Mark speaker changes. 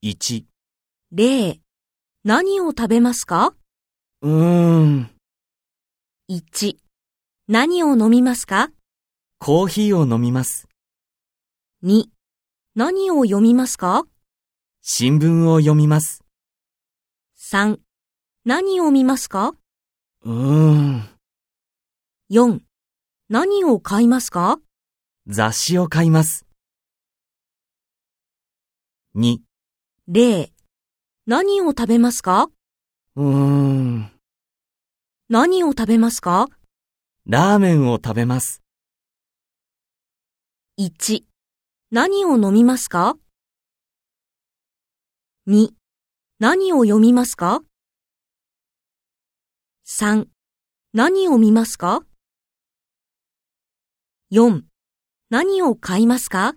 Speaker 1: 1、
Speaker 2: 例、何を食べますか
Speaker 1: うーん、
Speaker 2: ?1、何を飲みますか
Speaker 1: コーヒーを飲みます。
Speaker 2: ?2、何を読みますか
Speaker 1: 新聞を読みます。
Speaker 2: ?3、何を見ますか
Speaker 1: うーん、
Speaker 2: ?4、何を買いますか
Speaker 1: 雑誌を買います。2、
Speaker 2: 例、何を食べますか
Speaker 1: うーん、
Speaker 2: 何を食べますか
Speaker 1: ラーメンを食べます。
Speaker 2: ?1、何を飲みますか ?2、何を読みますか ?3、何を見ますか ?4、何を買いますか